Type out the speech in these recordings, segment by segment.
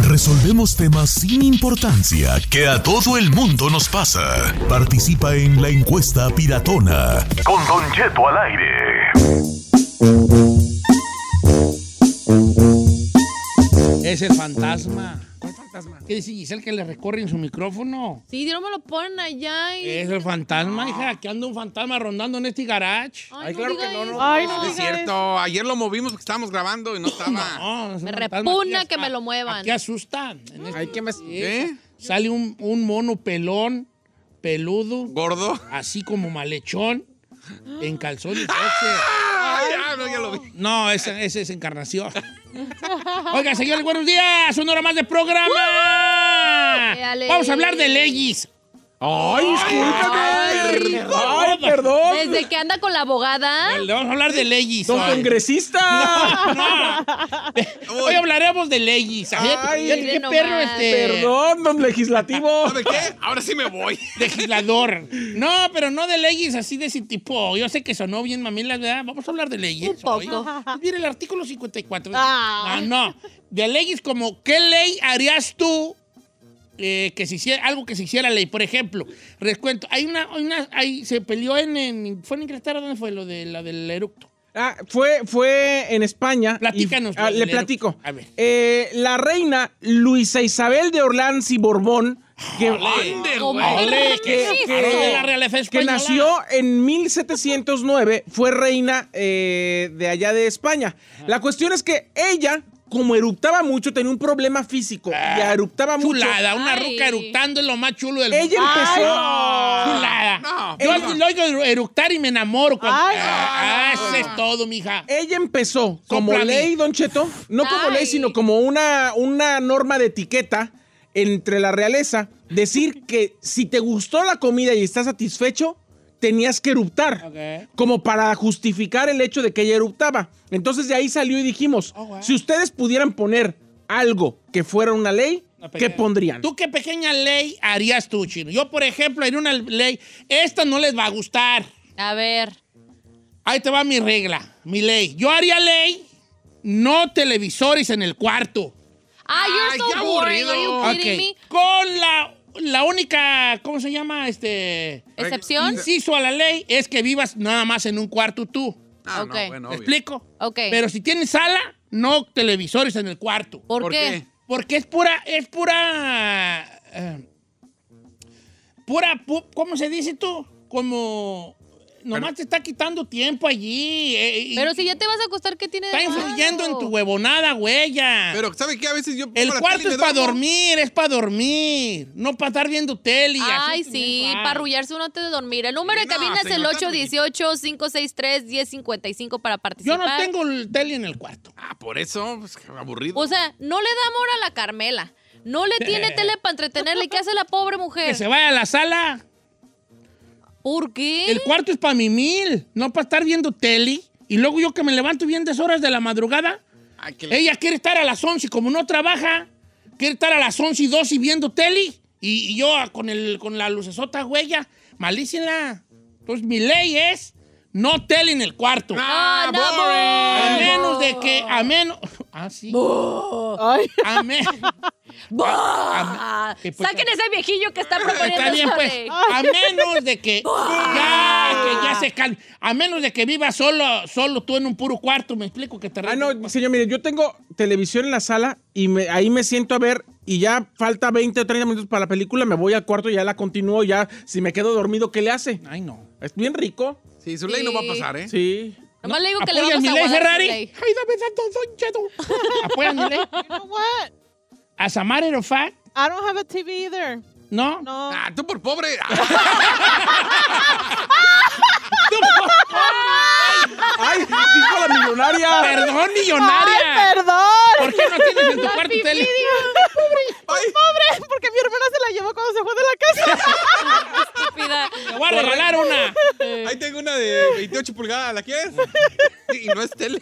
Resolvemos temas sin importancia que a todo el mundo nos pasa. Participa en la encuesta piratona. Con Don Cheto al aire. Es el fantasma. ¿Cuál fantasma? ¿Qué dice Giselle que le recorren su micrófono? Sí, no me lo ponen allá y... Es el fantasma, hija, que anda un fantasma rondando en este garage. Ay, no diga eso. Ay, no No es diga eso. cierto, ayer lo movimos porque estábamos grabando y no estaba. No, es un Me fantasma. repugna Aquí que as- me lo muevan. Aquí asustan. En este- Ay, ¿qué me... ¿Eh? Sale un, un mono pelón, peludo, ¿Gordo? así como malechón, en calzones. Ese- Ay, ya, no, ya lo vi. No, esa esa es encarnación. Oiga, señores, buenos días. Una hora más de programa. Dale. Vamos a hablar de leyes. Ay, discúlpame. Ay, Ay, rico. perdón. Desde que anda con la abogada... Le vamos a hablar de leyes. Don hoy. congresista. No. Hoy hablaremos de leyes. Ay, Fíjate qué mire perro nomás. este Perdón, don legislativo. ¿Sabe qué? Ahora sí me voy. legislador. No, pero no de leyes así de ese tipo. Yo sé que sonó bien mamilas, ¿verdad? Vamos a hablar de leyes. Un poco. hoy. Pues Mira el artículo 54. Ah. No, no. De leyes como, ¿qué ley harías tú eh, que se hiciera, algo que se hiciera ley? Por ejemplo, recuento, hay una, hay una, hay, se peleó en, en- fue en Inglaterra, ¿dónde fue? Lo de la del eructo. Ah, fue, fue en España. Platícanos, Y- ah, le Lero. platico. A ver. Eh, la reina Luisa Isabel de Orlanzi Borbón, que, Ande, Como güey. Ole, que, que- que- la realeza que española. nació en 1709, fue reina eh, de allá de España. La cuestión es que ella, como eructaba mucho, tenía un problema físico y Ah, eructaba mucho. Chulada, una Ay. ruca eructando es lo más chulo del mundo. Ella empezó. Chulada. No, Yo no. lo oigo eructar y me enamoro. Cuando... Ay. Ah, eso es todo, mija. Ella empezó como Sóplame. ley, Don Cheto, no como Ay. ley, sino como una, una norma de etiqueta entre la realeza, decir que si te gustó la comida y estás satisfecho, tenías que eruptar, Ok. como para justificar el hecho de que ella eruptaba. Entonces de ahí salió y dijimos, Oh, wow. si ustedes pudieran poner algo que fuera una ley, Una ¿qué pequeña- pondrían? ¿Tú qué pequeña ley harías tú, Chino? Yo, por ejemplo, haría una ley. Esta no les va a gustar. A ver. Ahí te va mi regla, mi ley. Yo haría ley, no televisores en el cuarto. Ah, you're Ay, so qué boring. aburrido. Are you Ok. kidding me? Con la, la única, ¿cómo se llama? Este... ¿Excepción? Inciso a la ley es que vivas nada más en un cuarto tú. Ah, Ok. no, bueno, ¿Me obvio. explico? Ok. Pero si tienes sala, no televisores en el cuarto. ¿Por, ¿Por qué? qué? Porque es pura, es pura, eh, pura, pu- ¿cómo se dice tú? Como, nomás te está quitando tiempo allí. eh, y Pero si ya te vas a acostar, ¿qué tiene de Está influyendo malo? en tu huevonada, huella. Pero, ¿sabe qué? A veces yo. el pongo la cuarto tele y es me para duermo. dormir, es para dormir, no para estar viendo tele. y Ay, así, sí, claro. para arrullarse uno antes de dormir. El número de No, cabina es el señor, está muy- 818-563-1055 para Yo participar. no tengo el tele en el cuarto. Ah, por eso, pues, qué aburrido. O sea, no le da amor a la Carmela. No le tiene tele para entretenerle. ¿Qué hace la pobre Que mujer? se vaya a la sala. ¿Por qué? El cuarto es para mi mil, no para estar viendo tele. Y luego yo que me levanto bien 10 horas de la madrugada. Ay, que le- Ella quiere estar a las 11 y como no trabaja, quiere estar a las 11 y 2 y viendo tele. Y, y yo ah, con, el, con la lucesota huella, malísima. Entonces mi ley es no tele en el cuarto. Ah, no, A boring. menos de que, a menos... Ah, sí. A menos... ¡Bah! ¿Qué pasó? Ah. Saquen ese viejillo que está proponiendo pues Está bien, esa pues. ley. A menos de que Ah. ya, que ya se calme. A menos de que vivas solo, solo tú en un puro cuarto, me explico que te Ah, no, rentas? señor, mire, yo tengo televisión en la sala y me- ahí me siento a ver y ya falta 20 o 30 minutos para la película, me voy al cuarto y ya la continúo, ya si me quedo dormido, ¿qué le hace? Ay, no. Es bien rico. Sí, su ley no va a pasar, ¿eh? Sí. Nomás le digo que le ¿Apoyan vamos mi a ley guardar su Ferrari? ley. Ay, dame tanto, don Cheto. ¿Apoyan mi ley? As a matter of fact, I don't have a TV either. no. No. Ah, tú por pobre. Ah, ¡Ay! ¡Dijo la millonaria! Perdón, millonaria. Ay, perdón. ¿Por qué no tienes en tu cuarto tele? Pobre, porque mi hermana se la llevó cuando se fue de la casa. Ah, Estúpida. Te voy a regalar una. Ahí tengo una de 28 pulgadas, ¿la quieres? Y no es tele.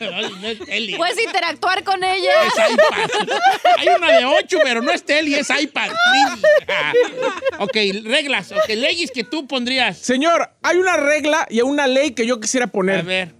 Ay, no es tele. Puedes interactuar con ella. Es iPad. Hay una de 8, pero no es tele, es iPad. mini. ok, reglas. Ok, leyes que tú pondrías. Señor, hay una regla y una ley que yo quisiera A poner. ver.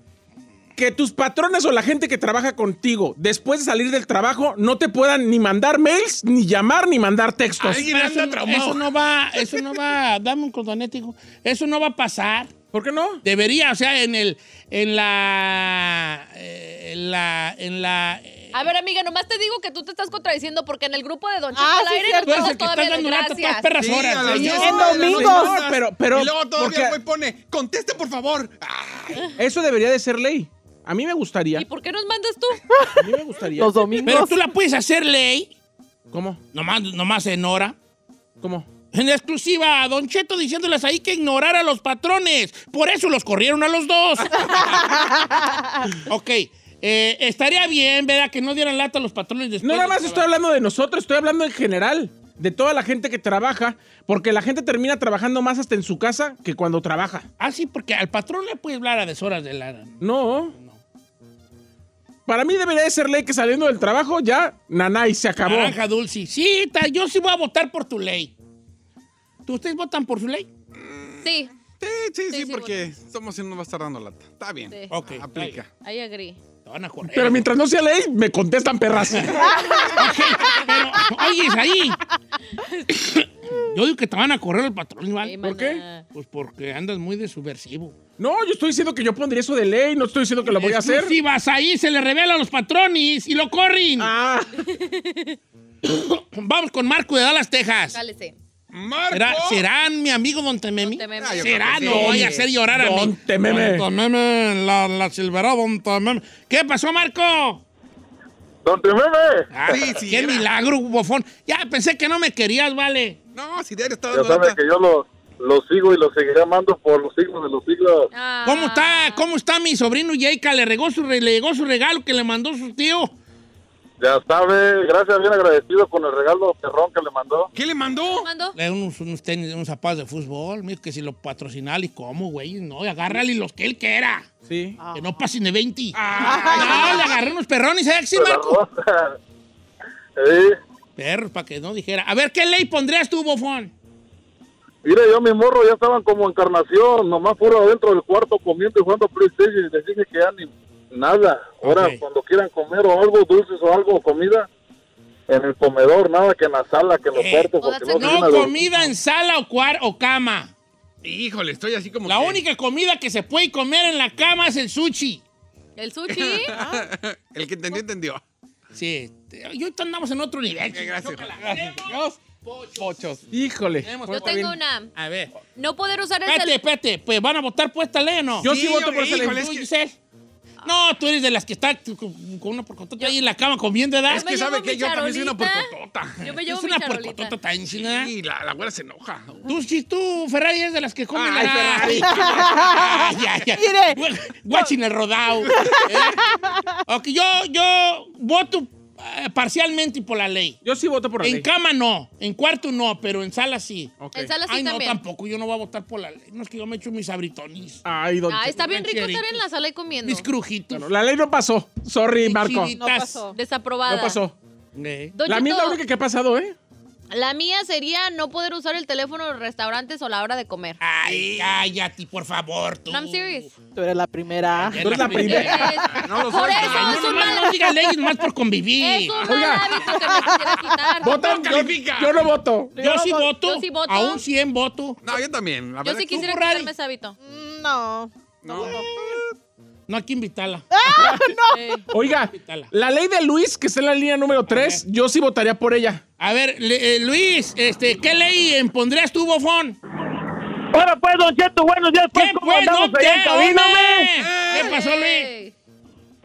que tus patrones o la gente que trabaja contigo después de salir del trabajo no te puedan ni mandar mails, ni llamar, ni mandar textos. Ay, Pero anda eso, no- traumado. eso no va, eso no va, dame un cordonete, hijo. Eso no va a pasar. ¿Por qué no? Debería, o sea, en el, en la, eh, en la, en la, eh, A ver, amiga, nomás te digo que tú te estás contradiciendo porque en el grupo de Don Cheto Ah, al sí, aire cierto. tú eres no el que estás todavía de dando lata todas gracias. perras Sí, horas. a las señor. diez en de la domingos. noche. No, pero- pero- Y luego porque- todavía el güey pone, conteste por favor. Ay, Eso debería de ser ley. A mí me gustaría. ¿Y por qué nos mandas tú? pues. A mí me gustaría. Los domingos. Pero tú la puedes hacer ley, ¿Cómo? nomás, nomás en hora. ¿Cómo? En exclusiva, Don Cheto diciéndoles ahí que ignorar a los patrones. Por eso los corrieron a los dos. ok. eh, estaría bien, ¿verdad? Que no dieran lata a los patrones después. No nada más del estoy trabajo. hablando de nosotros, estoy hablando en general. De toda la gente que trabaja, porque la gente termina trabajando más hasta en su casa que cuando trabaja. Ah, sí, porque al patrón le puedes hablar a deshoras de lana. No. Para mí debería de ser ley que saliendo del trabajo ya, nanay, se acabó. Naranja dulce. Sí, ta- yo sí voy a votar por tu ley. ¿Tú ustedes votan por su ley? Sí, Sí, sí, Sí, sí, sí, porque somos y nos va a estar dando lata. Está bien. Sí. Ah, Ok, Aplica. ahí agree. Te van a correr. Pero mientras no sea ley, me contestan perras. Pero, oye, es ahí. Yo digo que te van a correr el patrón, Iván. Sí, ¿por qué? maná. Pues porque andas muy de subversivo. No, yo estoy diciendo que yo pondría eso de ley, no estoy diciendo que lo voy a hacer. Si Pues vas ahí, se le revela a los patrones y lo corren. Ah, Vamos con Marco de Dallas, Texas. Cálese. Marco. ¿Será, ¿Serán mi amigo Don Tememi? Don Tememi. Ah, yo ¿Será? creo que No sí. voy a hacer llorar a mí. Don Tememe. Don Tememe, la, la Silverado, Don Tememe. ¿Qué pasó, Marco? Don Tememe, Ah, Sí, sí, qué era. milagro, bofón. Ya pensé que no me querías, vale. No, si Diario está ya dando sabe lata. que yo lo, lo sigo y lo seguiré amando por los siglos de los siglos. Ah. ¿Cómo está? ¿Cómo está mi sobrino Jaica? Le, regó su, re- le llegó su regalo que le mandó su tío. Ya sabe, gracias, bien agradecido con el regalo perrón que le mandó. ¿Qué le mandó? ¿Mando? Le dieron unos, unos tenis, unos zapatos de fútbol. Mijo, que si lo patrocinal y cómo, güey. No, y agárrale los que él quiera. sí. Que no pasen de 20. no, le agarré unos perrones sexy, Se la Marco. rosa. Sí. Perros, para que no dijera. A ver, ¿qué ley pondrías tú, bofón? Mira, yo mi morro ya estaban como encarnación, nomás fueron adentro del cuarto comiendo y jugando PlayStation y les dije que ya ni nada. Ahora, Ok. cuando quieran comer o algo, dulces o algo, comida, en el comedor, nada que en la sala, que en los Eh, cuartos. todas porque se- vienen No a- comida en sala o, cuar o cama. Híjole, estoy así como. La que- única comida que se puede comer en la cama es el sushi. ¿El sushi? Ah, El que entendió, entendió. Sí, yo ahorita andamos en otro nivel. Eh, gracias. Tenemos pochos. Híjole. Tenemos- Yo tengo una. A ver. No poder usar el Espérate, celular. espérate. Pues van a votar por esta ley o no. Yo sí, Sí, voto por esa ley. híjole, ¿Tú, es que- Giselle? No, tú eres de las que está con con una por contota ahí en la cama comiendo, Es ¿verdad? que me sabe llevo que mi yo también soy una charolita. porcotota. Yo me Es llevo mi una por charolita. contota tan chingada. Y la, la güera se enoja. Tú, sí, tú, Ferrari, es de las que comen. Ay, Ferrari. Ay, ay, ay. Mire. Gua- Guachin el rodao. ¿eh? Ok, yo, yo voto eh, parcialmente por la ley. Yo sí voto por la En ley. cama no, en cuarto no, pero en sala sí. Ok. En sala sí Ay, no, también. tampoco, yo no voy a votar por la ley. No es que yo me echo mis abritonis, Ay, don Ah, Che- está bien rico estar en la sala y comiendo. mis crujitos. La ley no pasó. Sorry, mis Marco. chivitas. No pasó. Desaprobada. No pasó. Eh. Don La mía es la Cheto, única que ha pasado, ¿eh? la mía sería no poder usar el teléfono en los restaurantes o a la hora de comer. Ah, Ay, cállate, por favor, tú. No, I'm serious. Tú eres la primera. Eres Tú eres la primera. Es- No lo Por suelta. eso es No, un nomás mal, no digas leyes más por convivir. es un mal Oiga. hábito que me quisiera quitar. ¿Votan? Yo, califica. yo no voto. Yo sí voto. Yo sí voto. Aún 100 voto. No, yo también. La Yo verdad sí que- quisiera Ferrari. quitarme ese hábito. Mm, No. No. No hay que invitarla. Eh, Oiga, la ley de Luis, que está en la línea número 3, yo sí votaría por ella. A ver, le- eh, Luis, este, ¿qué ley impondrías tú, bofón? Bueno, pues, Don Cheto, buenos días, pues, ¿Qué ¿cómo pues, andamos no te allá en cabina, hombre? hombre? ¿Qué pasó, Luis? eh,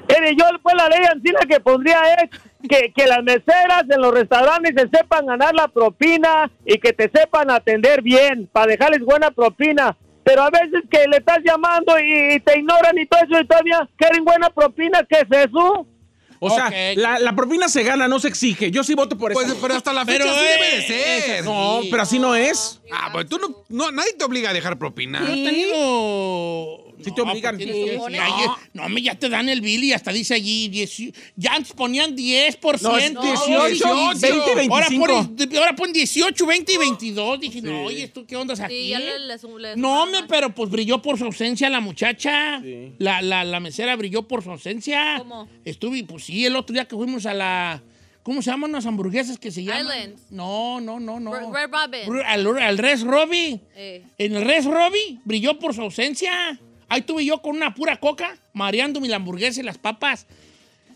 Mire, yo, pues, la ley ancina que pondría es que, que las meseras en los restaurantes se sepan ganar la propina y que te sepan atender bien, para dejarles buena propina. Pero a veces que le estás llamando y, y te ignoran y todo eso, y todavía quieren buena propina, ¿qué es eso? O sea, Ok. la, la propina se gana, no se exige. Yo sí voto por eso. Pues, pero hasta la fecha Pero, sí debe de eh, ser. no, pero así no es. Ah, pues tú no, no- Nadie te obliga a dejar propina. Yo he tenido Si te obligan. pues Sí, tienes que- sí, Ay, eh, No, hombre, ya te dan el bill y hasta dice allí, 18 ya antes ponían 10%. No, es 18, 20, Ahora 25. ponen, ahora ponen 18, 20 y 22. Dije, no, oye, ¿tú qué onda aquí? Sí, ya le, le sum- le No, sumaron hombre, más. pero pues brilló por su ausencia la muchacha. Sí. La, la, la mesera brilló por su ausencia. ¿Cómo? Estuve, pues sí, el otro día que fuimos a la. ¿Cómo se llaman las hamburguesas que se llaman? Islands. No, no, no, no. Red- Red Robin. Ru- Al, al Res Robbie. Eh. En el Res Robbie brilló por su ausencia. Ahí tuve yo con una pura coca, mareándome la hamburguesa y las papas.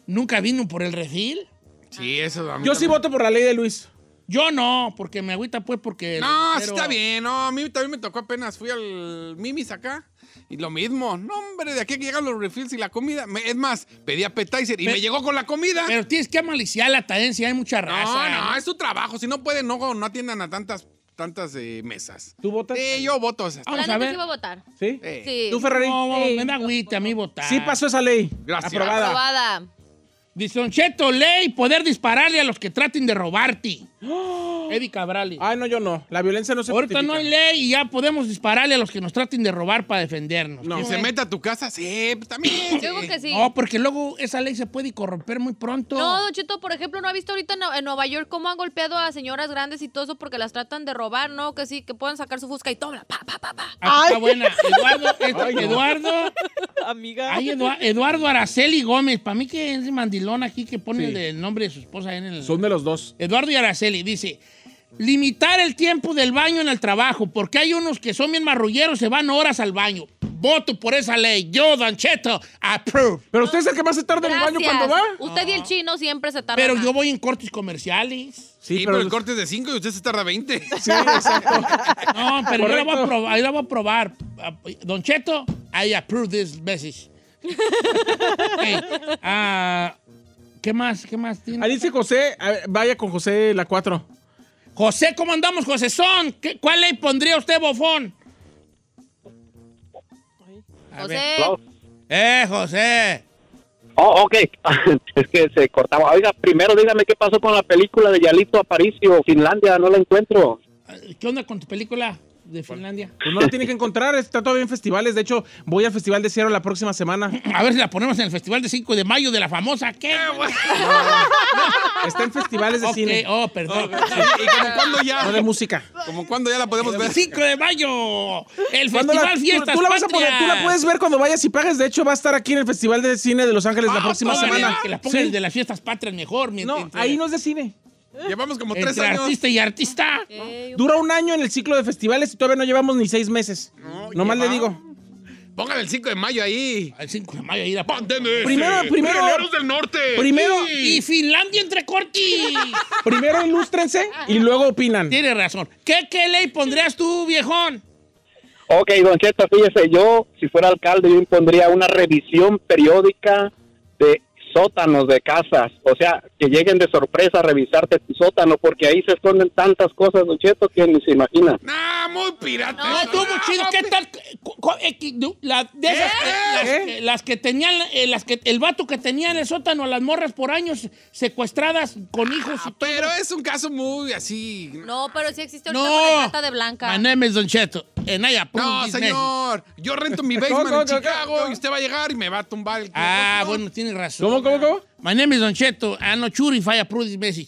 Nunca vino por el refil. Sí, eso a mí Yo sí también. voto por la ley de Luis. Yo no, porque me agüita pues porque... No, sí pero- está bien. No, a mí también me tocó apenas. Fui al Mimis acá y lo mismo. No, hombre, de aquí que llegan los refills y la comida. Me- es más, pedí appetizer y Pe- me llegó con la comida. Pero tienes que amaliciar la tendencia, hay mucha no, raza. no, es su trabajo. Si no pueden, no, no atiendan a tantas, tantas eh, mesas. ¿Tú votas? Sí, yo voto. o sea, Ah, Vamos a La neta ver. sí iba a votar. ¿Sí? eh, Sí. ¿Tú, Ferrari? No, no, me da agüita a mí votar. Sí pasó esa ley. Gracias. Aprobada. Aprobada. Dice Don Cheto, ley, poder dispararle a los que traten de robarte. Eddie Cabrales. Ay, no, yo no. La violencia no se Ahorita Ah, justifica. no hay ley y ya podemos dispararle a los que nos traten de robar para defendernos. Que se meta a tu casa, sí, pues, también. Yo digo que sí. No, porque luego esa ley se puede corromper muy pronto. No, Don Cheto, por ejemplo, ¿no ha visto ahorita en, en Nueva York cómo han golpeado a señoras grandes y todo eso porque las tratan de robar, no? Que sí, que puedan sacar su fusca y toma, pa, pa, pa, pa. Ah, Ay. está buena. Eduardo, esta- Ay, no. Eduardo, Amiga. ay, Eduardo, Eduardo Araceli Gómez. Para mí que es mandilón aquí que pone Sí. el, de- el nombre de su esposa en el... Son de los dos. Eduardo y Araceli dice, limitar el tiempo del baño en el trabajo, porque hay unos que son bien marrulleros, se van horas al baño. Voto por esa ley. Yo, Don Cheto, approve. Pero usted es el que más se tarda en el baño cuando va. Usted y el chino siempre se tardan. Pero yo voy en cortes comerciales. Sí, pero el corte es de 5 y usted se tarda 20. Sí, exacto. No, pero yo la voy a Correcto. probar. ahí la voy a probar. Don Cheto, I approve this message. Ok, ah, ¿Qué más? ¿Qué más tiene? Ahí dice José, a ver, vaya con José la 4. José, ¿cómo andamos, José Son? ¿Qué- ¿Cuál ley pondría usted, bofón? A ver. José, Claro. Eh, José. Oh, ok. es que se cortaba. Oiga, primero dígame qué pasó con la película de Yalito Aparicio, Finlandia, no la encuentro. ¿Qué onda con tu película de Finlandia? Pues no lo tiene que encontrar, está todavía en festivales. De hecho, voy al Festival de Cierro la próxima semana. A ver si la ponemos en el Festival de 5 de Mayo de la famosa. ¿Qué? Está en festivales de Ok, cine. oh, perdón. ¿Y como cuando No de ya? música. ¿Como cuando ya la podemos ver? 5 de Mayo, el Cuando la- Festival tú- Fiestas tú, la vas a Patrias. poder- tú la puedes ver cuando vayas y pagues. De hecho, va a estar aquí en el Festival de Cine de Los Ángeles la Ah, próxima órale, semana. Que la pongan Sí. el de las Fiestas Patrias mejor. mi- No, entre- ahí no es de cine. Llevamos como Entre 3 años. artista y artista. eh, Dura un año en el ciclo de festivales y todavía no llevamos ni seis meses. No, Nomás le lleva- digo. Póngale el 5 de mayo ahí. El 5 de Mayo ahí la Pónteme. Primero- primero- Guerreros del norte. Primero, Y Finlandia entre corti. primero ilústrense y luego opinan. Tienes razón. ¿Qué, ¿Qué ley pondrías tú, viejón? Ok, don Cheto, fíjese, yo, si fuera alcalde, yo impondría una revisión periódica de sótanos de casas. O sea, que lleguen de sorpresa a revisarte tu sótano, porque ahí se esconden tantas cosas, don Cheto, que ni se imagina. Nah, muy pirata. No, estuvo muy chido. Ah, ¿Qué tal? Cu- cu- eh, que- du- la- de esas, ¿Eh? eh, las, ¿Eh? que- las que tenían, eh, las que, el vato que tenía en el sótano a las morras por años secuestradas con hijos y Ah, todo. Pero es un caso muy así. No, no, pero sí existe ahorita con Ah, la No. trata de blanca. My name is Don Cheto. And I approve this message. señor. Yo rento mi basement en Chicago y usted va a llegar y me va a tumbar el Ah, negocio. bueno, tiene razón. ¿Cómo, cómo, cómo? My name is Don Cheto. Ah, no, Churi, falla approve this message.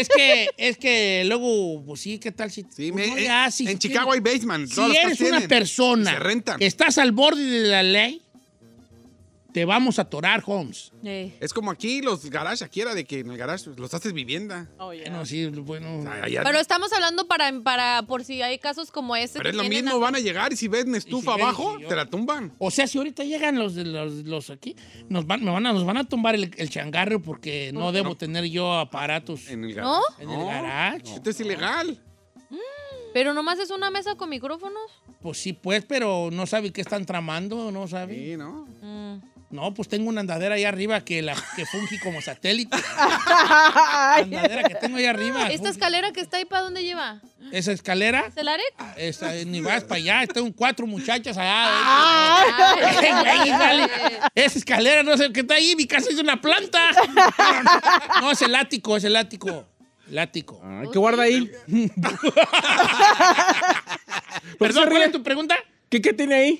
es que, es que luego, pues sí, ¿qué tal si? Sí, pues, me- no, eh, ya, si- en Chicago hay basement. Si todas las eres casas una tienen. persona Se rentan. que estás al borde de la ley, te vamos a atorar, Holmes. Eh. Es como aquí los garages, aquí era de que en el garage los haces vivienda. Oh, yeah. Bueno, sí, bueno. Ah, ya- Pero estamos hablando para, para por si hay casos como ese. pero que es lo tienen mismo, a- van a llegar y si ven estufa Y si ven, abajo, y si yo- te la tumban. O sea, si ahorita llegan los de los, los aquí, nos van, me van a, nos van a tumbar el, el changarro porque no debo tener yo aparatos en, En el ¿No? garage. el garage. Esto es ilegal. Pero nomás es una mesa con micrófonos. Pues sí, pues, pero no sabe qué están tramando, no sabe. Sí, ¿no? Mm. No, pues tengo una andadera ahí arriba que la que funge como satélite. andadera que tengo ahí arriba. Esta funge. escalera que está ahí, ¿para dónde lleva? Esa escalera, ¿Celarec? esa, ni vas para allá, están cuatro muchachas allá. Ay, Ey, güey, dale. ay. Esa escalera, no sé qué está ahí. Mi casa es una planta. Pero no- No, es el ático, es el ático. El ático. Ay, ¿Qué guarda ahí? Perdón, ¿cuál se ríe? es tu pregunta? ¿Qué, qué tiene ahí?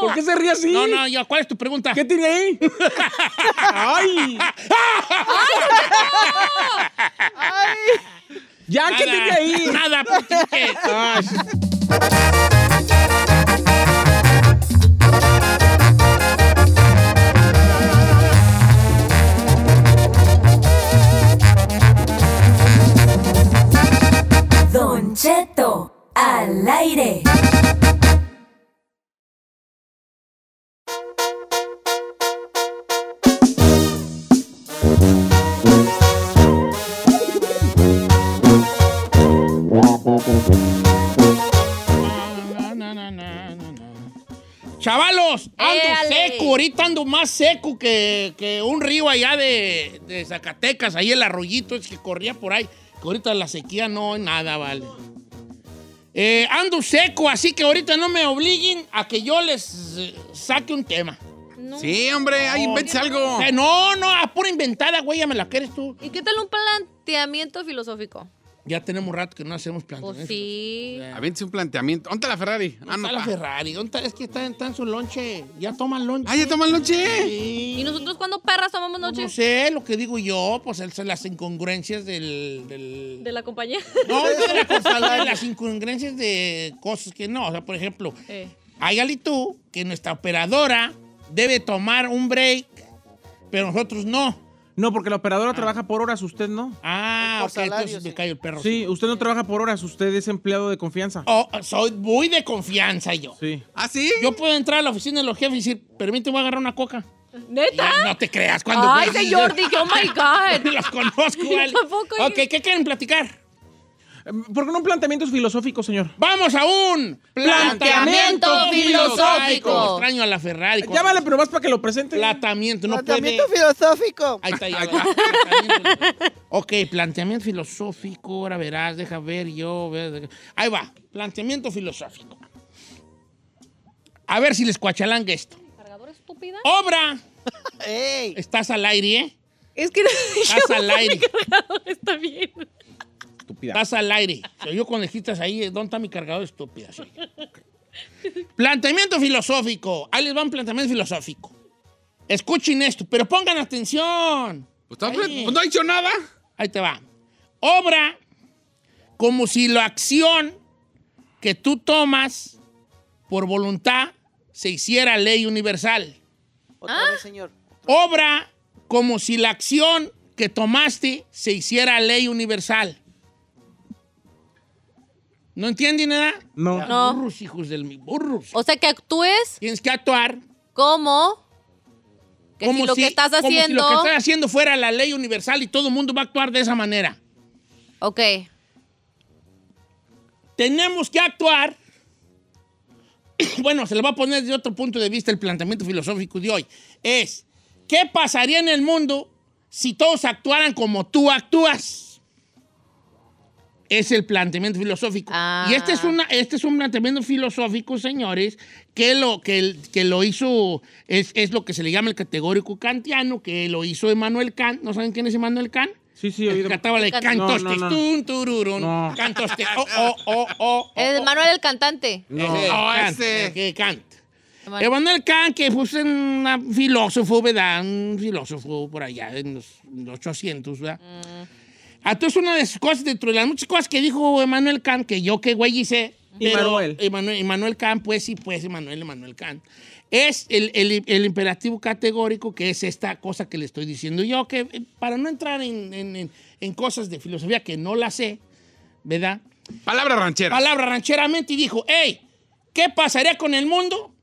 ¿Por qué se ríe así? No, no, yo, ¿cuál es tu pregunta? ¿Qué tiene ahí? ¡Ay! Ay, ¿Ya qué tiene Nada, ahí? Nada, porque... Ay, Don Cheto, al aire. Na, na, na, na, na, na. Chavalos, ando Éale. seco, ahorita ando más seco que, que un río allá de, de Zacatecas, ahí el arroyito es que corría por ahí, que ahorita la sequía no hay nada, vale. Eh, ando seco, así que ahorita no me obliguen a que yo les eh, saque un tema. No. Sí, hombre, ahí inventes algo. Eh, no, no, a pura inventada, güey, ya me la quieres tú. ¿Y qué tal un planteamiento filosófico? Ya tenemos rato que no hacemos Pues planteamientos. sí. Avente un planteamiento. ¿Dónde está la Ferrari? Ah, ¿Dónde no. está la ah. Ferrari? ¿Dónde está? Es que está, está en su lonche. Ya toman lonche. Ah, ya toman noche. Sí. ¿Y nosotros cuándo perras tomamos Pues noche? No sé, lo que digo yo, pues el- las incongruencias del... del- De la compañía. No, de la cosa, de las incongruencias de cosas que no. O sea, por ejemplo, Eh. hay tú que nuestra operadora debe tomar un break, pero nosotros no. No, porque la operadora trabaja por horas, usted no. Ah, Por ok, salario, entonces me sí. cae el perro. Sí, usted no trabaja por horas, usted es empleado de confianza. Oh, soy muy de confianza yo. Sí. ¿Ah, sí? Yo puedo entrar a la oficina de los jefes y decir, permíteme agarrar una coca. ¿Neta? Ya, no te creas, cuando... ¿Ah? Ay, señor, dije, oh my God. Los conozco, Yo vale. tampoco, yo- Ok, ¿qué quieren platicar? ¿Por qué no planteamientos filosóficos, señor? Vamos a un planteamiento filosófico. Ay, cómo extraño a la Ferrari. con Llámale, pues, pero más para que lo presente. Planteamiento, no puede. Tratamiento filosófico. Ahí está, ya va. Planteamiento. Ok, planteamiento filosófico. Ahora verás, deja ver yo. ver. Ahí va, planteamiento filosófico. A ver si les cuachalanga esto. ¿Cargador estúpida? Obra, ¡Ey! estás al aire, ¿eh? Es que Estás al aire, cargador está bien. Estúpida. estás al aire. Se oyó con lejitas ahí, eh, ¿dónde está mi cargador estúpida? Sí. Planteamiento filosófico. Ahí les va un planteamiento filosófico. Escuchen esto, pero pongan atención. Pues, está- Ahí. pues no ha dicho nada. Ahí te va. Obra como si la acción que tú tomas por voluntad se hiciera ley universal. Otra ¿Ah? vez, señor. Obra como si la acción que tomaste se hiciera ley universal. ¿No entienden nada? No. No. Burros, hijos del mi burros. O sea, que actúes Tienes que actuar como... Que si lo que estás como si haciendo... lo que estás haciendo fuera la ley universal y todo el mundo va a actuar de esa manera. Ok. tenemos que actuar. Bueno, se lo va a poner desde otro punto de vista el planteamiento filosófico de hoy. Es, ¿qué pasaría en el mundo si todos actuaran como tú actúas? Es el planteamiento filosófico. Ah. Y este es, una, este es un planteamiento filosófico, señores, que lo, que, el- que lo hizo, es, es lo que se le llama el categórico kantiano, que lo hizo Emmanuel Kant. ¿No saben quién es Emmanuel Kant? Sí, El sí, que oído. cantaba la de No, cantos no, no. tun, tururun, No. cantos te- oh, oh, oh, oh, oh, El oh. Manuel el cantante. Ese, Oh, oh, Kant, ese. eh, que Kant. Emanuel. Emanuel Kant, que fue un filósofo, ¿verdad? Un filósofo por allá en los en los 800, ¿verdad? Entonces, una de sus cosas, dentro de las muchas cosas que dijo Emanuel Kant, que yo que güey hice. pero Emanuel. Emanuel. Emanuel Kant, pues sí, pues Emanuel, Emanuel Kant. Es el, el- el imperativo categórico, que es esta cosa que le estoy diciendo yo, que eh, para no entrar en, en- en- en cosas de filosofía que no la sé, ¿verdad? Palabra ranchera. palabra rancheramente y dijo, hey, ¿qué pasaría con el mundo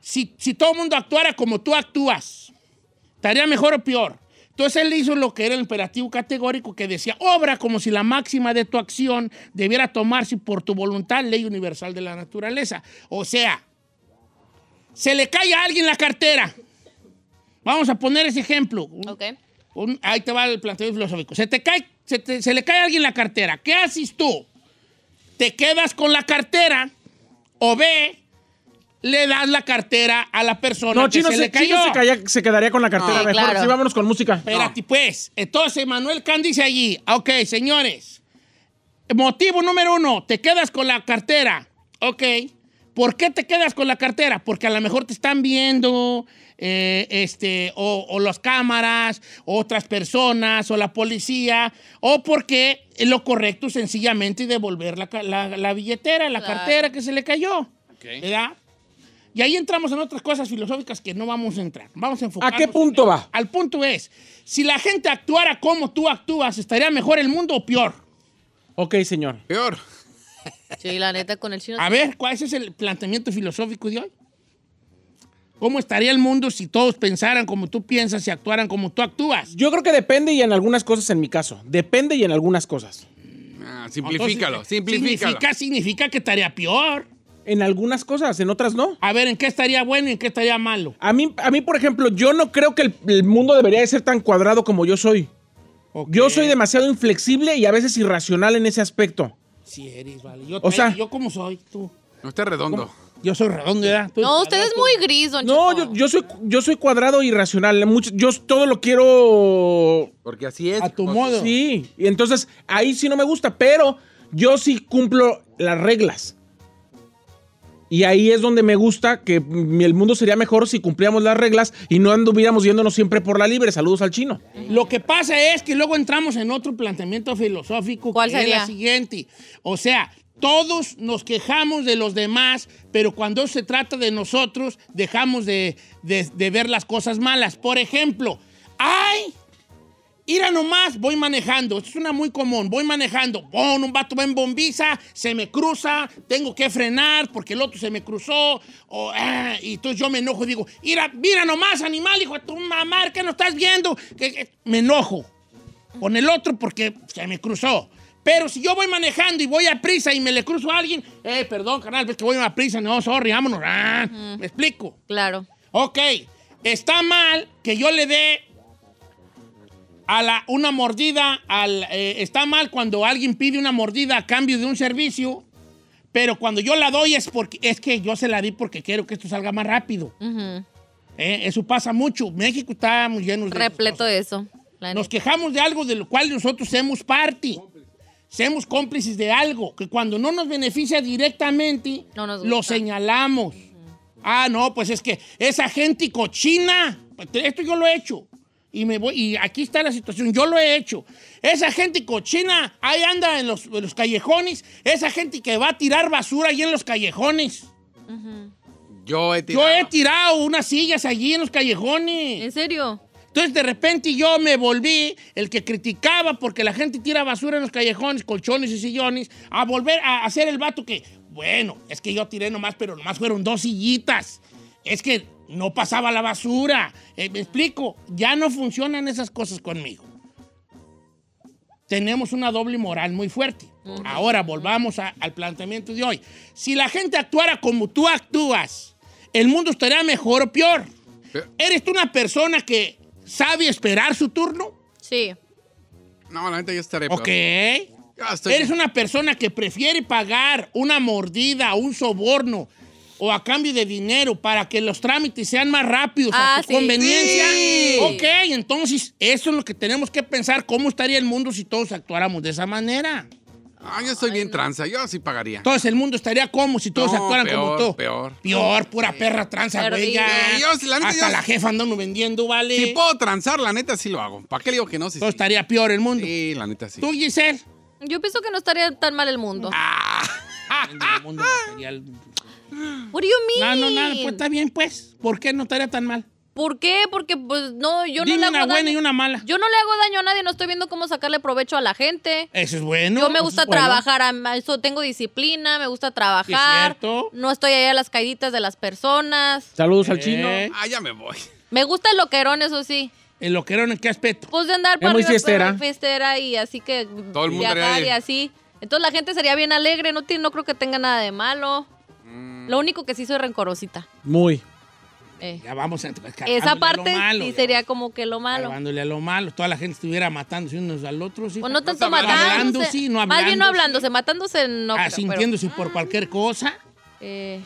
si, si todo el mundo actuara como tú actúas? ¿Estaría mejor o peor? Entonces él hizo lo que era el imperativo categórico que decía, obra como si la máxima de tu acción debiera tomarse por tu voluntad, ley universal de la naturaleza. O sea, se le cae a alguien la cartera. Vamos a poner ese ejemplo. Un- Ok. un- ahí te va el planteo filosófico. Se te cae, se, te- se le cae a alguien la cartera. ¿Qué haces tú? ¿Te quedas con la cartera? O B, le das la cartera a la persona No, que Chino se, le se, cayó. Chino se, calla- se quedaría con la cartera. Sí, Mejor claro. sí, vámonos con música. Espérate, pues. Entonces, Manuel Kant dice allí, ok, "Ah, señores, Motivo número uno, te quedas con la cartera. Ok. ¿Por qué te quedas con la cartera? Porque a lo mejor te están viendo, eh, este, o, o las cámaras, o otras personas, o la policía, o porque lo correcto es sencillamente devolver la, ca- la- la billetera, la Claro. cartera que se le cayó. ¿Verdad? Y ahí entramos en otras cosas filosóficas que no vamos a entrar. Vamos a enfocarnos. ¿A qué punto va? Al punto es, si la gente actuara como tú actúas, ¿estaría mejor el mundo o peor? Ok, señor. Peor. Sí, la neta, con el chino. A ver, ¿cuál es el planteamiento filosófico de hoy? ¿Cómo estaría el mundo si todos pensaran como tú piensas y actuaran como tú actúas? Yo creo que depende y en algunas cosas en mi caso. Depende y en algunas cosas. Ah, simplifícalo, Entonces, simplifícalo. Significa, significa que estaría peor. En algunas cosas, en otras no. A ver, ¿en qué estaría bueno y en qué estaría malo? A mí, a mí por ejemplo, yo no creo que el, el mundo debería de ser tan cuadrado como yo soy. Yo soy demasiado inflexible y a veces irracional en ese aspecto. Si eres, vale. Yo, O sea- yo como soy, tú. No está redondo. Yo soy redondo, ¿verdad? pues, Tú- No, usted es muy gris, don No, yo, yo soy, yo soy cuadrado e irracional. Mucho- yo todo lo quiero Porque así es. A tu Pues, modo. Sí, y entonces ahí sí no me gusta, pero yo sí cumplo las reglas. Y ahí es donde me gusta que m- el mundo sería mejor si cumplíamos las reglas y no anduviéramos yéndonos siempre por la libre. Saludos al chino. Lo que pasa es que luego entramos en otro planteamiento filosófico. ¿Cuál que es sería? la siguiente. O sea, todos nos quejamos de los demás, pero cuando se trata de nosotros, dejamos de, de- de ver las cosas malas. Por ejemplo, ¡ay! Ira nomás, voy manejando. Esto es una muy común. Voy manejando. Bon, un vato va en bombiza, se me cruza, tengo que frenar porque el otro se me cruzó. o, ah, y entonces yo me enojo y digo, mira, mira nomás, animal, hijo de tu mamá, ¿qué no estás viendo? Que- que- Me enojo con el otro porque se me cruzó. Pero si yo voy manejando y voy a prisa y me le cruzo a alguien, eh, perdón, canal, ves que voy a prisa, no, sorry, vámonos. ah, ¿Me explico? Claro. Ok, está mal que yo le dé a la, una mordida al... eh, está mal cuando alguien pide una mordida a cambio de un servicio, pero cuando yo la doy es porque es que yo se la di porque quiero que esto salga más rápido. Ujú. Eh, eso pasa mucho. México está muy lleno de... esas Repleto de eso. la nos neta. quejamos de algo de lo cual nosotros somos parte. Somos cómplices de algo que cuando no nos beneficia directamente, No nos lo gusta. señalamos. Ah, no, pues es que esa gente cochina. Esto yo lo he hecho. Y, me voy, y aquí está la situación, yo lo he hecho. Esa gente cochina, ahí anda en los, en los callejones. Esa gente que va a tirar basura ahí en los callejones. Yo he Yo tirado. he tirado unas sillas allí en los callejones. ¿En serio? Entonces de repente yo me volví el que criticaba porque la gente tira basura en los callejones, colchones y sillones, a volver a hacer el vato que, bueno, es que yo tiré nomás, pero nomás fueron dos sillitas. Es que no pasaba la basura. Eh, me explico, ya no funcionan esas cosas conmigo. Tenemos una doble moral muy fuerte. Ahora volvamos a- al planteamiento de hoy. Si la gente actuara como tú actúas, el mundo estaría mejor o peor. Pe- ¿Eres tú una persona que sabe esperar su turno? Sí. No, la neta yo estaré Ok. peor. Yo estoy- ¿Eres una persona que prefiere pagar una mordida, un soborno o a cambio de dinero para que los trámites sean más rápidos a Ah, tu sí. conveniencia? Sí. Ok, entonces eso es lo que tenemos que pensar. ¿Cómo estaría el mundo si todos actuáramos de esa manera? Ah, yo soy bien tranza, yo sí pagaría. Entonces el mundo estaría como si todos No, actuaran como peor, tú. peor. Peor, pura perra tranza, Perdido. güey. ya. Eh, yo, la neta, Hasta yo- la jefa anda uno vendiendo, ¿vale? Si puedo transar, la neta sí lo hago. ¿Para qué le digo que no? Sí, Todo sí. estaría peor el mundo. Sí, la neta sí. ¿Tú, Giselle? Yo pienso que no estaría tan mal el mundo. Ah. El mundo material. What do you No, mean? no, nada, pues está bien, pues. ¿Por qué no estaría tan mal? ¿Por qué? Porque pues no, yo Dime no le hago una buena daño. y una mala. Yo no le hago daño a nadie, no estoy viendo cómo sacarle provecho a la gente. Eso es bueno. yo me eso es gusta pues, bueno. trabajar, a- eso tengo disciplina, me gusta trabajar. cierto. No estoy allá a las caíditas de las personas. Saludos al Eh, chino. Ah, ya me voy. Me gusta el loquerón, eso sí. El loquero en qué aspecto. Pues de andar para muy arriba, para fiestera. abajo, fiestera y así que Todo el mundo viajar era de- y así. Entonces la gente sería bien alegre, no, tiene- no creo que tenga nada de malo. Mm. Lo único que sí soy rencorosita. Muy. eh. Ya vamos a Esa cargándole parte a lo malo, sí ya. sería como que lo malo. Cargándole a lo malo. Toda la gente estuviera matándose unos al otro. Sí. O no tanto hablando. matándose. Hablando, sí, Pues, no Más bien no Mm. hablando, hablándose, matándose no. Ah, creo, sintiéndose por cualquier cosa. pero, eh,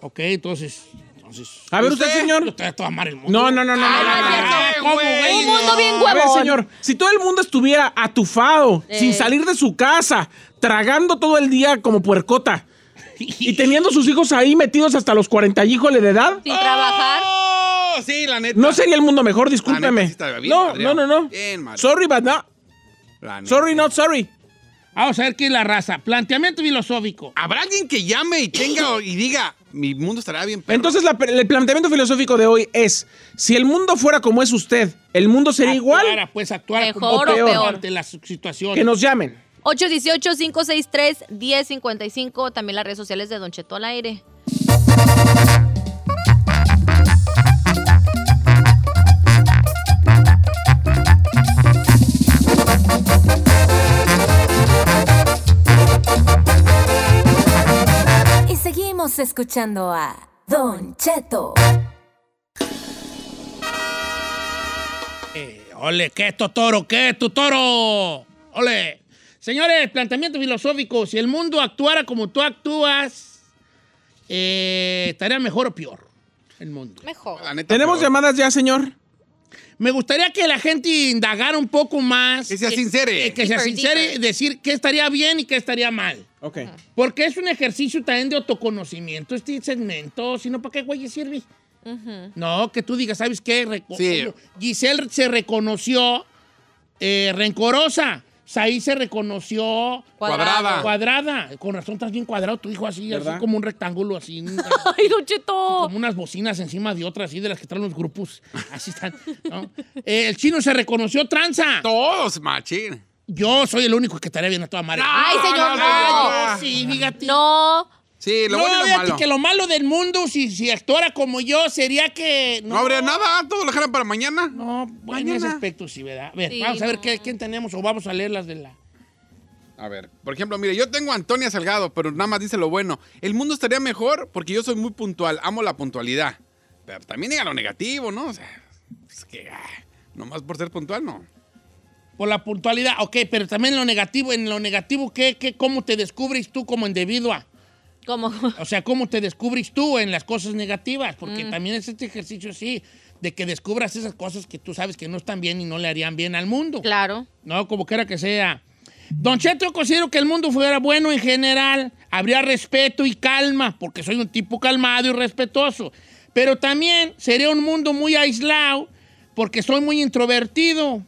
Ok, entonces. entonces A ver usted, señor. Yo te voy a amar el mundo. No, no, no, no, no, no, no, no, Ah, no, ya no, está. ¿Cómo, güey? Un mundo bien A ver, huevón. señor, si todo el mundo estuviera atufado, Eh. sin salir de su casa, tragando todo el día como puercota, y teniendo sus hijos ahí metidos hasta los 40 híjole de edad, Sin trabajar. Ah. ¡Oh! Sí, la neta. no sería el mundo mejor, La neta sí discúlpeme. estaba bien No, no, madreado. no, no. Bien madreado. Sorry, but no. La neta. Sorry, not sorry. Vamos a ver qué es la raza. Planteamiento filosófico. ¿Habrá alguien que llame y tenga y diga, mi mundo estará bien perro"? Entonces, la- el planteamiento filosófico de hoy es, si el mundo fuera como es usted, ¿el mundo sería igual? Actuara, pues actuar Mejor como o puede peor. ante la situación. Que nos llamen. 818-563-1055. También las redes sociales de Don Cheto al aire. Y seguimos escuchando a Don Cheto. Eh, ole, ¿qué es tu toro? ¿Qué es tu toro? Ole. Señores, planteamiento filosófico. Si el mundo actuara como tú actúas, eh, estaría mejor o peor el mundo. Mejor. La neta, ¿Tenemos pero- llamadas ya, señor? Me gustaría que la gente indagara un poco más. Que sea eh, sincere. eh, que sea Deeper, sincere y deeper. decir qué estaría bien y qué estaría mal. Ok. Porque es un ejercicio también de autoconocimiento este segmento, si no, ¿para qué güey sirve? No, que tú digas, ¿sabes qué? Reco- Sí. Giselle se reconoció eh, rencorosa. Saí se reconoció Cuadrada. cuadrada. Con razón estás bien cuadrado, tu hijo así, así ¿Verdad? como un rectángulo, así. un- ¡Ay, Don Cheto! como unas bocinas encima de otras, así de las que traen los grupos. Así están. ¿no? Eh, el chino se reconoció tranza. Todos, machín. Yo soy el único que estaría bien a toda madre. ¡Ay, señor, Ay, no. yo sí, fíjate. No. Sí, lo no, bueno y lo fíjate malo. que lo malo del mundo, si, si actuara como yo, sería que... No habría nada, todo lo dejaran para mañana. No, bueno, en ese Mañana. aspecto sí, ¿verdad? A ver, Sí, vamos a ver no. qué, quién tenemos o vamos a leer las de la... A ver, por ejemplo, mire, yo tengo a Antonia Salgado, pero nada más dice lo bueno. El mundo estaría mejor porque yo soy muy puntual, amo la puntualidad. Pero también diga lo negativo, ¿no? O sea, es que ah, nomás por ser puntual, no. Por la puntualidad, ok, pero también lo negativo, en lo negativo, ¿qué, qué, ¿cómo te descubres tú como individua? Como. O sea, ¿cómo te descubres tú en las cosas negativas? Mm. Porque también es este ejercicio así, de que descubras esas cosas que tú sabes que no están bien y no le harían bien al mundo. Claro. No, como quiera que sea. Don Cheto, yo considero que el mundo fuera bueno en general. Habría respeto y calma, porque soy un tipo calmado y respetuoso. Pero también sería un mundo muy aislado, porque soy muy introvertido.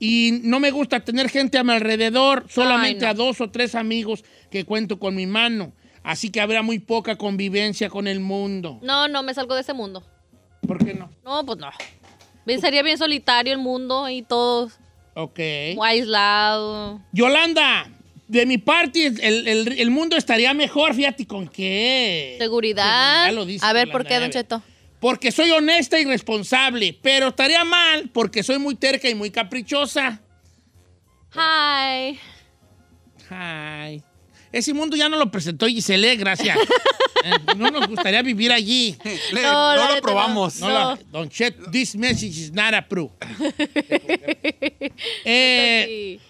Y no me gusta tener gente a mi alrededor, solamente no. a dos o tres amigos que cuento con mi mano. Así que habrá muy poca convivencia con el mundo. No, no, me salgo de ese mundo. ¿Por qué no? No, pues no. Me Sería bien solitario el mundo y todo Ok. aislado. Yolanda, de mi parte, el, el- el mundo estaría mejor, fíjate, ¿con qué? Seguridad. Ya lo dice a ver, Yolanda, ¿por qué, ya Don ve. Cheto? Porque soy honesta y responsable, pero estaría mal porque soy muy terca y muy caprichosa. Hi. Ay. Ese mundo ya no lo presentó Gisele, gracias. Eh, no nos gustaría vivir allí. Le- No, no la neta, lo probamos. No, No. la- Don Chet, this message is not approved. eh, Sí.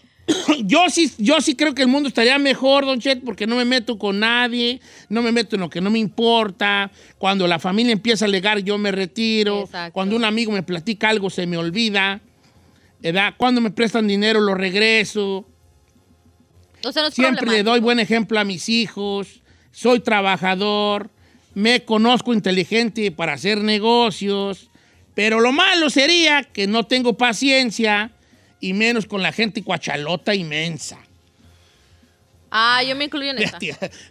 yo sí, yo sí creo que el mundo estaría mejor, Don Chet, porque no me meto con nadie, no me meto en lo que no me importa. Cuando la familia empieza a legar, yo me retiro. Exacto. Cuando un amigo me platica algo, se me olvida. ¿verdad? Cuando me prestan dinero, lo regreso. O sea, no es Siempre le problemático. doy buen ejemplo a mis hijos. Soy trabajador. Me conozco inteligente para hacer negocios. Pero lo malo sería que no tengo paciencia y menos con la gente cuachalota inmensa. Ah, yo me incluyo en esta.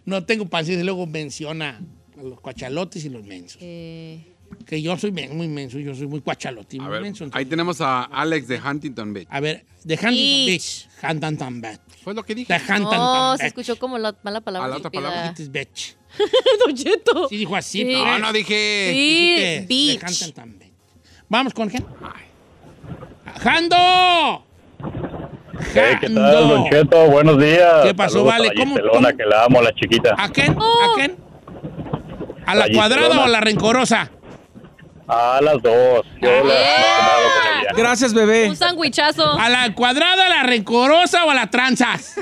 No tengo paciencia. Luego menciona a los cuachalotes y los mensos. Eh, Que yo soy men- muy menso, yo soy muy cuachalote y A muy ver, menso. ahí entonces- tenemos a Alex de Huntington Beach. a ver, de Huntington Bitch. Beach. Huntington Beach. Fue lo que De dije. Huntington no, se Beach. escuchó como la mala palabra. A la otra estúpida. palabra. Huntington Beach. Don Cheto. Sí dijo así. Sí. No, pues. no dije. Sí, Dijiste, de Huntington bitch. también. Vamos con gente. ¡Jando! Hey, ¿Qué tal, Don Cheto? Buenos días. Ah, ¿Qué pasó, Saludos vale? A la ¿Cómo- Gistelona, cómo? Ah. que la amo, la chiquita. ¿A quién? ¿A Oh. quién? ¿A la Allí, cuadrada Paloma. o a la rencorosa? A las dos. Yo la- Ah. me he quedado con ella. ya. Gracias, bebé. Un sandwichazo. A la cuadrada, a la rencorosa o a las tranzas.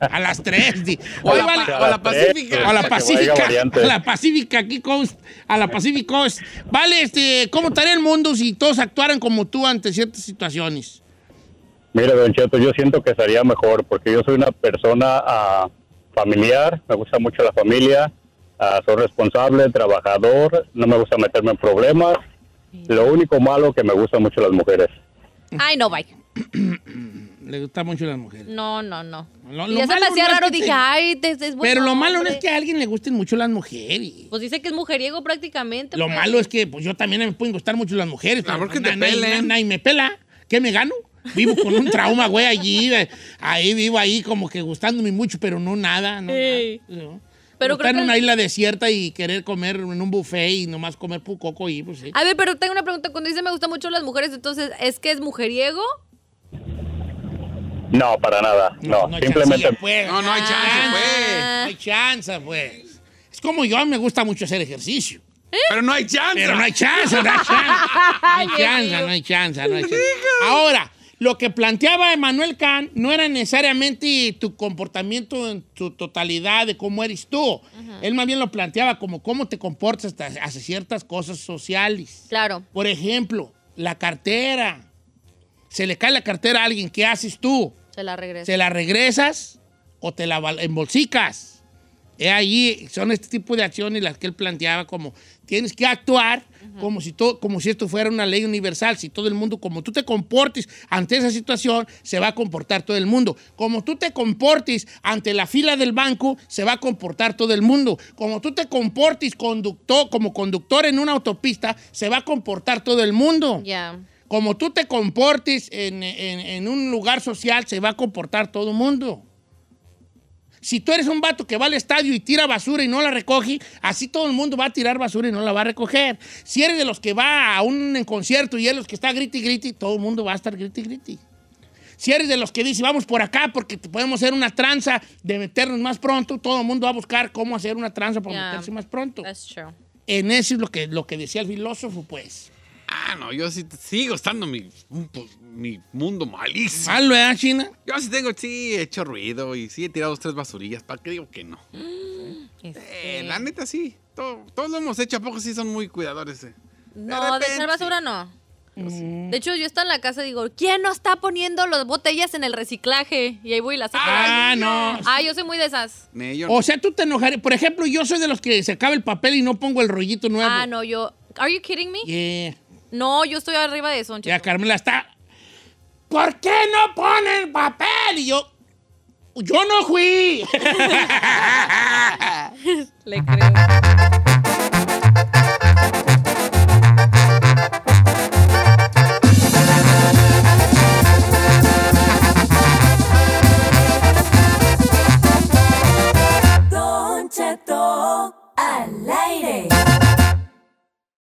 a las tres. di. Hoy va la- O la pacífica. a la Pacífica. Que vaya variante. A la Pacífica, aquí Coast. A la Pacific Coast. Vale, este, ¿cómo estaría el mundo si todos actuaran como tú ante ciertas situaciones? Mire, Don Cheto, yo siento que sería mejor porque yo soy una persona ah, familiar, me gusta mucho la familia, ah, soy responsable, trabajador, no me gusta meterme en problemas. Lo único malo que me gustan mucho las mujeres. Ay, no, bye. Le gustan mucho las mujeres. No, no, no. Lo- Y lo ya se me malo hacía no es raro, que te- dije, ay, te- es Pero bueno, lo malo no hombre. es que a alguien le gusten mucho las mujeres. Pues dice que es mujeriego prácticamente. Lo pues. malo es que pues, yo también me pueden gustar mucho las mujeres. Claro, pero que te na- na- pelen. na- Nadie me pela. ¿Qué me gano? Vivo con un trauma, güey, allí. eh, Ahí vivo, ahí como que gustándome mucho, pero no nada. No, Ey. nada, no. Pero Estar creo que en el- una isla desierta y querer comer en un buffet y nomás comer pucoco y pues sí. A ver, pero tengo una pregunta. Cuando dice me gustan mucho las mujeres, entonces, ¿es que es mujeriego? No, para nada, no, hay simplemente... chance, pues. No, no hay chance, güey. No hay chance, pues. Es como yo, me gusta mucho hacer ejercicio. Pero no hay chance. Pero no hay chance, no hay chance. No hay chance, no hay chance, no hay chance. Ahora, lo que planteaba Emanuel Kahn no era necesariamente tu comportamiento en su totalidad de cómo eres tú. Él más bien lo planteaba como cómo te comportas hacia hacia ciertas cosas sociales. Claro. Por ejemplo, la cartera. Se le cae la cartera a alguien, ¿qué haces tú? Se la regresa. ¿Se la regresas o te la val- embolsicas? He ahí, son este tipo de acciones las que él planteaba como tienes que actuar como, si todo, como si esto fuera una ley universal. Si todo el mundo, como tú te comportes ante esa situación, se va a comportar todo el mundo. Como tú te comportes ante la fila del banco, se va a comportar todo el mundo. Como tú te comportes conductor, como conductor en una autopista, se va a comportar todo el mundo. Ya. Como tú te comportes en, en- en un lugar social, se va a comportar todo el mundo. Si tú eres un vato que va al estadio y tira basura y no la recoge, así todo el mundo va a tirar basura y no la va a recoger. Si eres de los que va a un concierto y eres los que está griti griti, todo el mundo va a estar griti griti. Si eres de los que dice, vamos por acá porque te podemos hacer una tranza de meternos más pronto, todo el mundo va a buscar cómo hacer una tranza para Ya. meterse más pronto. That's true. En eso es lo que, lo que decía el filósofo, pues. Ah, no, yo sí te- sigo estando en mi, un po- mi mundo malísimo. Malo, ¿eh, China? Yo sí tengo, sí he hecho ruido y sí he tirado dos, tres basurillas. ¿Para qué digo que no? Eh, la neta sí. Todo- todos lo hemos hecho. ¿A poco sí son muy cuidadores? eh? No, de repente, echar basura no. De hecho, yo estaba en la casa y digo, ¿quién no está poniendo las botellas en el reciclaje? Y ahí voy y las saco. Ah, Ay, no. Ah, yo soy muy de esas. Ne, yo- O sea, tú te enojarías. Por ejemplo, yo soy de los que se acaba el papel y no pongo el rollito nuevo. Ah, no, yo. ¿Are you kidding me? Yeah. No, yo estoy arriba de eso. don Ya Cheto. Carmela está. ¿Por qué no ponen papel? Y yo. Yo no fui. Le creo.